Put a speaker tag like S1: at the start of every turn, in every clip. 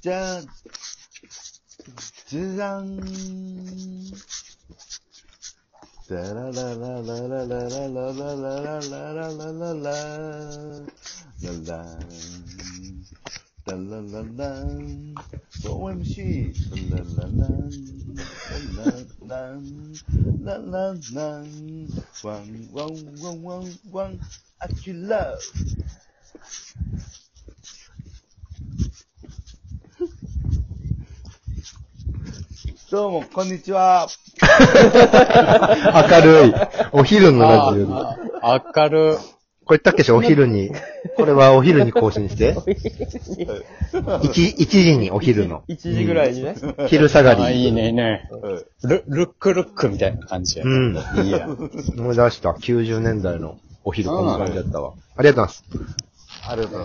S1: じゃじゃん。ララララララララララララララララララララララン OMC ラララランララランララランワンワンワンワンワンアキラどうも、こんにちは。
S2: 明るい。お昼のラジオ。
S3: あ明る。
S2: これ言ったっけしょお昼に。これはお昼に更新して。1, 時にお昼の。
S4: 1時ぐらいにね。
S2: 昼下が
S3: あ、い
S2: り。
S3: いね、いいね。ル、ルックルックみたいな感じや。
S2: うん。
S3: いいや。
S2: 思い出した。90年代のお昼、こんな感じだったわ。ありがとうございます。
S3: あるね。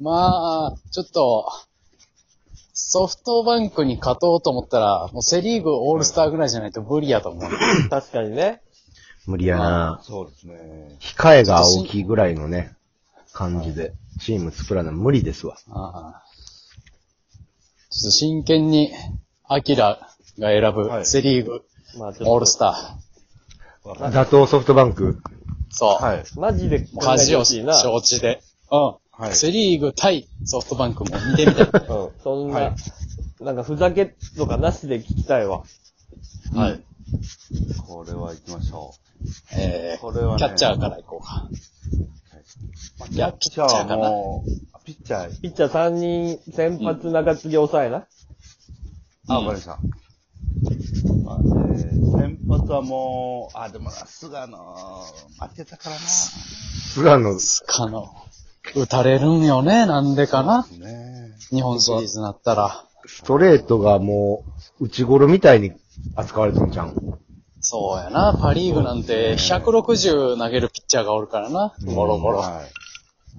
S3: まあ、ちょっと、ソフトバンクに勝とうと思ったら、もうセリーグオールスターぐらいじゃないと無理やと思う。
S4: 確かにね。
S2: 無理やな
S1: そうですね。
S2: 控えが大きいぐらいのね、感じで。チーム作らない無理ですわ。
S3: ああちょっと真剣に、アキラが選
S1: は
S3: ぶ
S1: い
S3: セリーグ
S4: まあち
S3: オ
S4: ょ
S3: ー
S4: っ
S3: ルスタ
S2: 打倒ソフトバンク。
S3: ー。そう。
S1: はい。
S4: と、マジで
S3: もう
S4: 考え
S3: 恥
S4: て
S3: を
S4: ほしいな。
S3: 承知で。うん。
S1: はい
S3: セリーグ対ソフトバンクも見てみたい。
S4: うん。そんな、
S3: はい
S4: なんかふざけとかなしで聞きたいわ。
S3: はい。
S1: これは行きましょ
S3: え
S1: これはね
S3: ー、キャッチャーから行こうか。
S1: う。
S3: いやピッチャーかな
S1: もう、ピッチャー、
S4: ピッチャー3人、先発中継ぎ抑えな。
S1: あ、
S3: うん
S1: わかりました。まあね、先発はもう、あ、でもな、菅野、負けたからな。
S2: 菅野、
S3: かの、打たれるんよね、なんでかな。
S1: ね
S3: 日本シリーズなったら。
S2: ストレートがもう、内頃みたいに扱われてんじゃん。
S3: そうやな、パリーグなんて160投げるピッチャーがおるからな。ボロボロ。
S1: はい。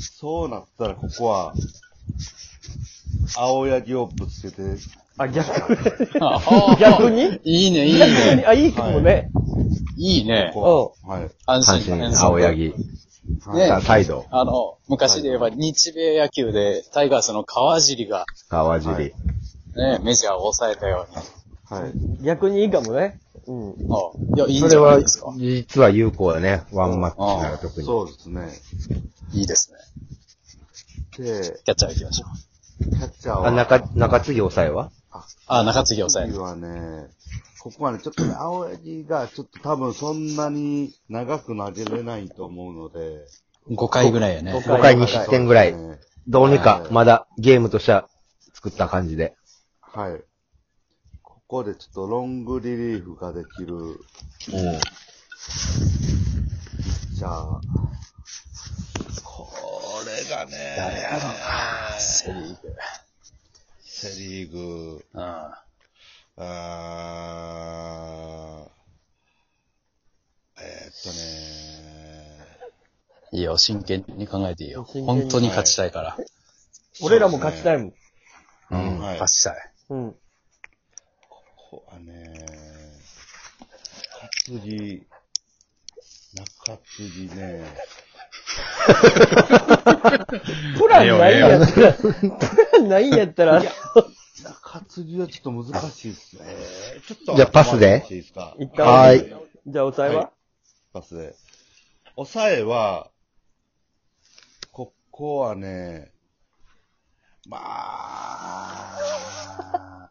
S1: そうなったら、ここは、青柳をぶつけて、
S4: あ、逆に。
S3: ああ
S4: 逆に
S3: いいね、 いいね。
S4: あ、いいかもね。
S3: いいね。
S1: こう、はい。
S3: 安
S2: 阪
S3: 心
S2: 神、青柳。
S3: ね
S2: さあ、サイド、
S3: あの、昔で言えば日米野球でタイガースの川尻が
S2: 川尻。
S1: はい
S3: ね、メジャーを抑えたように。
S1: はい。
S4: 逆にいいかもね。うん。
S3: うんいや、いいん
S2: そ
S3: じ
S2: れ
S3: ゃない
S2: は
S3: ですか。、
S2: 実は有効だね。ワンマッチなら特に。
S1: そうですね。
S3: いいですね。
S1: で、
S3: キャッチャー行きましょう。
S1: キャッチャーは、
S2: あ、中、中継ぎ抑えは
S3: あ、中継ぎ抑え
S1: 次
S3: る。
S1: はね、ここはね、ちょっとね、青柳がちょっと多分そんなに長く投げれないと思うので、
S3: 5回ぐらいやね。
S2: ?5 回2失点ぐらい。
S1: ね
S2: どうにか
S1: は、い
S2: まだゲームとしては作った感じで。
S1: はい。ここでちょっとロングリリーフができるピッチャー。これがね、誰やろな
S3: セリーグ。
S1: セリーグ、
S3: うん。
S1: あーえーっとね、
S3: いいよ、真剣に考えていいよ。
S4: 真剣に
S3: 本当に勝ちたいから。
S4: 俺らも勝ちたいもん。
S2: うん
S1: はい
S3: 勝ちたい。
S4: うん。
S1: ここはね、担ぎ、中継ぎね、
S4: プランないんやったら、 プランないんやったら、
S1: 中継ぎはちょっと難しいですね。ちょっ
S2: じゃあパスで
S1: 待っていいですか
S4: 一旦、
S2: はーい。
S4: じゃあ抑えは、
S1: パスで。抑えは、ここはね、まあ、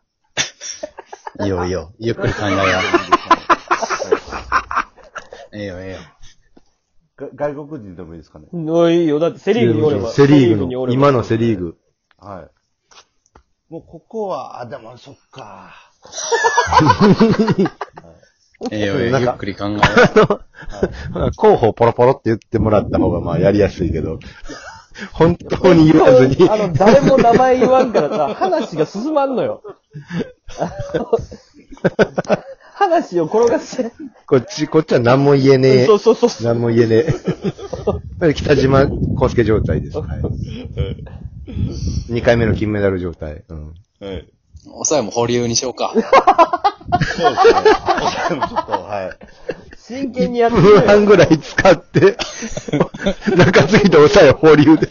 S3: いいよ、いいよ。ゆっくり考えよう。ええよ、ええよ。
S1: が外国人でもいいですかね。
S4: おいいよ。だってセリーグにおれば。
S2: セリーグ
S4: にお
S2: の、
S4: れば
S2: 今のセリーグ。
S1: はい。もうここは、あ、でもそっか。
S3: ええよ、ええ
S2: なん
S3: よ。ゆ
S2: か
S3: っくり考えよ
S2: 候補ポロポロって言ってもらった方がまあやりやすいけど、本当に言わずに、
S4: あの、誰も名前言わんからさ、 話が進まんのよ。あの話を転がして。
S2: こっち、こっちは何も言えねえ
S4: そ。うそうそう。
S2: 何も言えねえ。北島康介状態です。 はい、2回目の金メダル状態。うん
S1: はい。
S3: う。抑えも保留にしようか。
S1: そうですね。 抑えもちょっと、はい。
S4: 真剣にやって
S2: 分
S4: る。
S2: 半ぐらい使って、中継ぎと抑え保留で。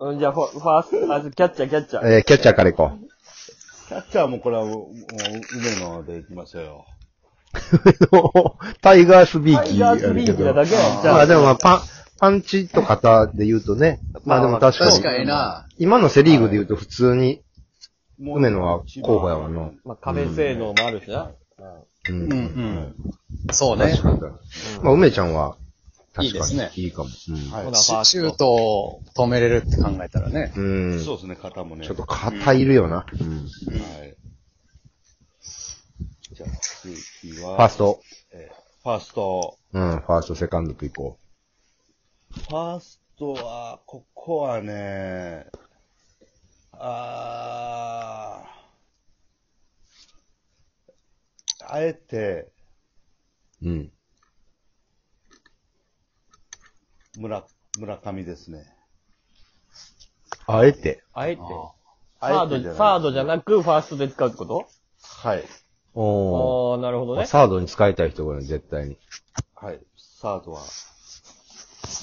S4: うん、じゃあ、ファファースト、あ、キャッチャー、キャッチャー。
S2: えーキャッチャーから行こう。
S1: キャッチャーもこれは、もう、梅野で行きましたよ。
S2: タイガースビー
S4: タイ
S2: キー
S4: ガ
S2: あ
S4: ース
S2: る
S4: ビ
S2: け
S4: ーチな
S2: ど
S4: だ。けは、じ
S2: ま
S4: ゃ
S2: あ
S4: あ、
S2: でもまあパン、パンチと型で言うとね。まあでも確かに。
S3: 確かにな。
S2: 今のセリーグで言うと普通に、
S1: も
S2: 梅野は候補やわな。
S4: まあ、壁性能もあるしな。
S2: う。
S3: うんんう
S2: 確
S3: ん。そうね。
S2: かに。まあ梅ちゃんは、
S3: い
S2: 確
S3: いで
S2: か
S3: す
S2: に
S3: ね
S2: いいかも。うん
S1: は
S4: ほ
S1: い
S4: な。フ
S3: シ
S4: ァースト
S3: シュートを止めれるって考えたらね。
S2: うん。ち
S1: そ
S2: ょ
S1: うですね、肩もね。
S2: っと肩いるよな。うん。フ
S1: はい。じゃあ、次は、
S2: ァースト。
S1: えーファースト。
S2: うん、ファースト、セカンドと行こ
S1: ファーストは、ここはね、あー、あえて、
S2: う。うん。
S1: 村、村上ですね。
S2: あえて。
S4: あえて。サ
S1: あ
S4: ー
S1: えてじゃな
S4: ド、
S1: い
S4: サードじゃなく、ファーストで使うってこと
S1: はい。
S2: お
S4: ああ、なるほど
S2: ー。
S4: ね。
S2: サードに使いたい人がいる絶対に。
S1: はい。サードは。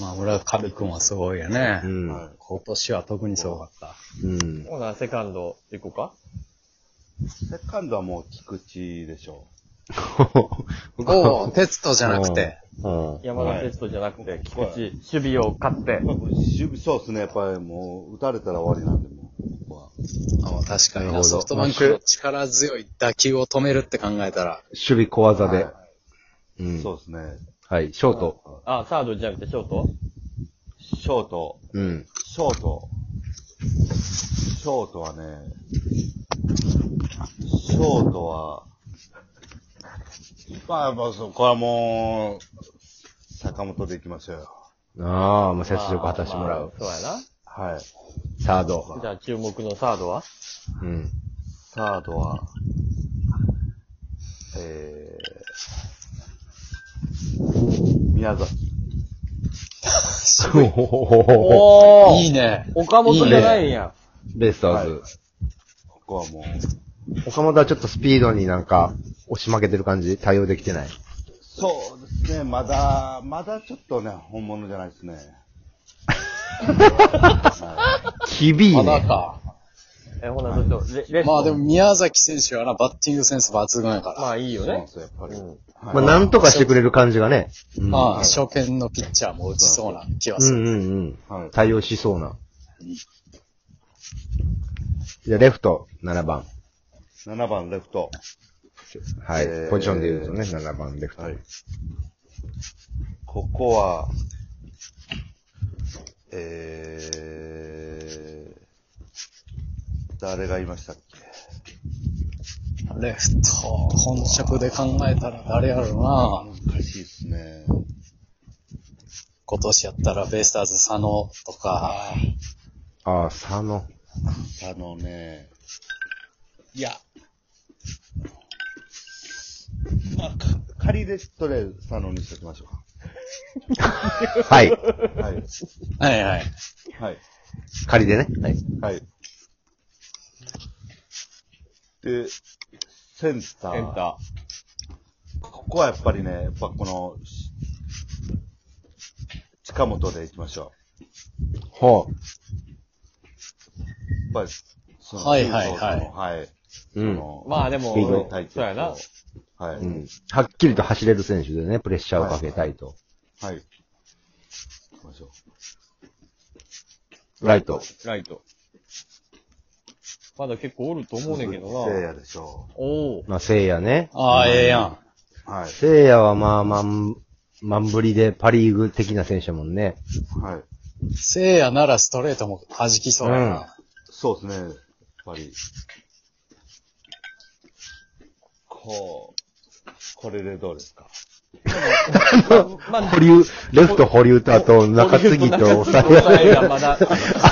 S3: まあ、村上くんはすごいよね
S2: う。
S1: は
S2: ん。
S1: い
S3: 今年は特にすごかった。
S2: うん。
S4: ほな、セカンド行こうか。
S1: セカンドはもう菊池でしょ
S3: おお、テストじゃなくて。
S2: うん。うん。
S4: 山田テストじゃなく
S1: は
S4: て
S1: い、
S4: 菊池、守備を勝って。
S1: う。守備、そうですね。やっぱりもう、打たれたら終わりなんで、もう、ここ
S3: ああ確かに
S2: なるほ
S3: な。
S2: ど
S3: ソフトバンクの力強い打球を止めるって考えたら。
S2: 守備小技
S1: は。
S2: で。
S1: は
S2: う
S1: い
S2: ん。
S1: そうですね。
S2: はい、ショート。
S4: あ、サードじゃなくて、ショート
S1: ショート。
S2: うん。
S1: ショート。ショートはね、ショートは、まあ、まあ、そうこれはもう、坂本でいきましょうよ。
S2: ああ、もう雪辱果たしてもらう。
S4: まあまあそうや
S1: はい。
S2: サード。
S4: な。じゃあ、注目のサードは
S2: うん。
S1: サードは、えー、宮崎。
S4: お
S3: いいね。
S4: 岡本じゃないんや。
S2: ベイスターズ。
S1: ここはもう、
S2: 岡本はちょっとスピードになんか、押し負けてる感じ対応できてない。
S1: そうですね、まだ、まだちょっとね、本物じゃないですね。
S2: 厳い
S3: まだ
S2: ね。
S3: か。
S4: え、ほな、どっちレレフト
S3: まあでも宮崎選手はな、バッティングセンス抜群やから。
S4: まあいいよ
S1: そうなんで
S4: ね。
S1: すよ、やっぱり。
S2: まあ、なんとかしてくれる感じがね。うん
S3: まあ、初見のピッチャーも打ちそうな気は
S2: う
S3: する。
S2: んうん
S1: は
S2: う
S1: い
S2: ん。対応しそうな。じゃあ、レフト、7番。
S1: 7番レフト。
S2: は
S1: えー
S2: い。ポジションで言うとね、7番レフト
S1: は。い。ここは、えー、誰がいましたっけ
S3: レフト、本職で考えたら誰やろな。
S1: 難しいっすね。
S3: 今年やったらベイスターズ佐野とか、
S2: ああ、佐野。
S1: あのね、いや、まあ、か仮でとりあえず佐野にしておきましょう
S2: はい。
S1: か。はい。
S3: はいはい。
S1: はい。
S2: 仮でね。はい。
S1: はい。で、センター。
S4: センタ
S1: ここはやっぱりね、やっぱこの、し近本でいきましょ
S2: ほ
S1: う。やっぱり、その
S3: はいはいはい
S1: そのはい。
S2: う。うん。
S4: ー。まあで
S2: スピード
S4: も、そうやな。。
S1: はい。
S2: うんはっきりと走れる選手でね、プレッシャーをかけたいと。
S1: はい。行きましょう。
S2: ライト。
S4: ライト。まだ結構おると思うねんけど
S1: せい
S4: な。
S1: やでしょ
S4: おお。
S2: まあ、聖夜ね。
S3: ああ、ええやん。
S1: う。はい。
S2: 聖夜はまあ、まん、まんぶりでパリーグ的な選手だもんね。
S1: はい。
S3: 聖夜ならストレートも弾きそうや
S2: うん
S3: な。
S1: そうですね。やっぱり。こう、これでどうですか
S4: まあ、
S2: 保留、レフト保留と、あと中継ぎと抑え
S4: 抑えがまだ。
S2: あ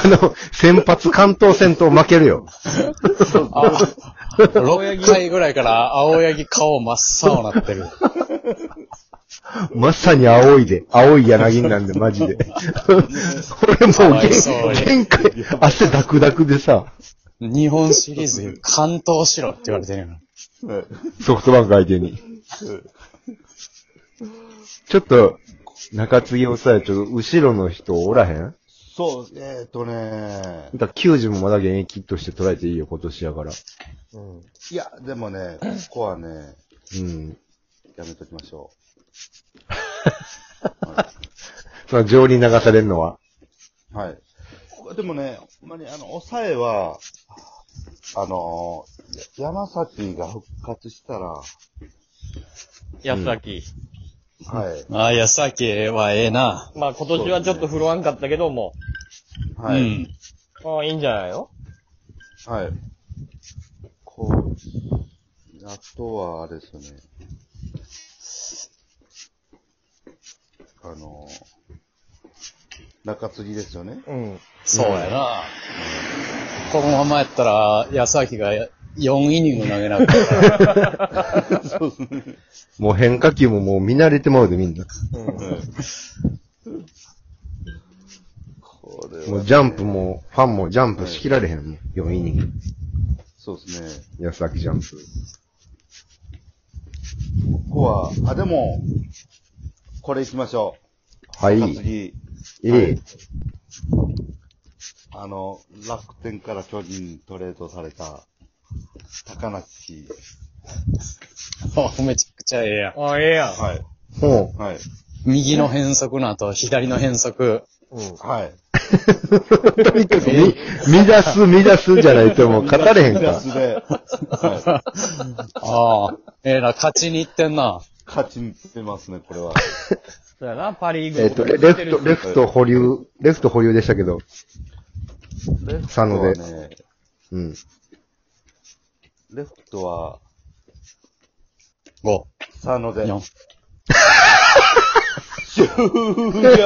S2: の、先発関東戦と負けるよ。
S3: 6回ぐらいから青柳顔真っ青なってる。
S2: まさに青いで、青い柳なん で、マジで。俺もう
S3: わいそうに
S2: 限、限界、汗ダクダクでさ、
S3: 日本シリーズ完投しろって言われてるよ。
S2: ソフトバンク相手に。ちょっと、中継ぎ抑え、ちょっと後ろの人おらへん
S4: そう。
S1: えーっとね、
S2: だから90もまだ現役として捉えていいよ、今年やから。
S4: うん。
S1: いや、でもね、ここはね、
S2: うん。
S1: やめときましょ
S2: その情に流されるのは。
S1: う。はい。ここでもね、ほんまにあの、抑えは、あのー、山崎が復活したら、は
S5: 安崎。
S1: い、
S3: ああ、いや、さっきはええな。
S5: まあ今年はちょっと振るわんかったけども、
S1: は
S3: う
S1: い、
S3: ん。
S5: ああ、いいんじゃないの
S1: はい。こう、あとはあれですよね。あのー、中継ぎですよね。
S5: うん。
S3: そうやな。このままやったら、安崎が4イニング投げなかった ら
S2: もう変化球ももう見慣れてまうで、みんな。
S1: これはね
S2: もうジャンプも、ファンもジャンプしきられへんもん。4イニング。
S1: そうですね。
S2: 安崎ジャンプ。
S1: ここは、あ、でも、これ行きましょう。
S2: はい。
S1: 中継ぎ。
S2: ええ。
S1: あの、楽天から巨人にトレードされた、高梨。
S3: めちゃくちゃええやん。
S5: ああ、ええやん。
S1: はい。
S2: ほ
S1: はい。
S3: 右の変則の後、左の変則。
S1: はい。
S2: う。 とにかく、み、乱す、乱すじゃないともう語れへんから。
S1: プラスで、はい。
S3: ああ、ええな、勝ちに行ってんな。
S1: 勝ちにってますね、これは。
S5: そうやな、パリーグ
S2: えっと、レレフト、レフト保留、レフト保留でしたけど。佐
S1: こ
S2: 野
S1: れ
S2: で。
S1: はね、
S2: うん。
S1: レフトは、
S3: 5、
S1: 佐野で。
S3: 4。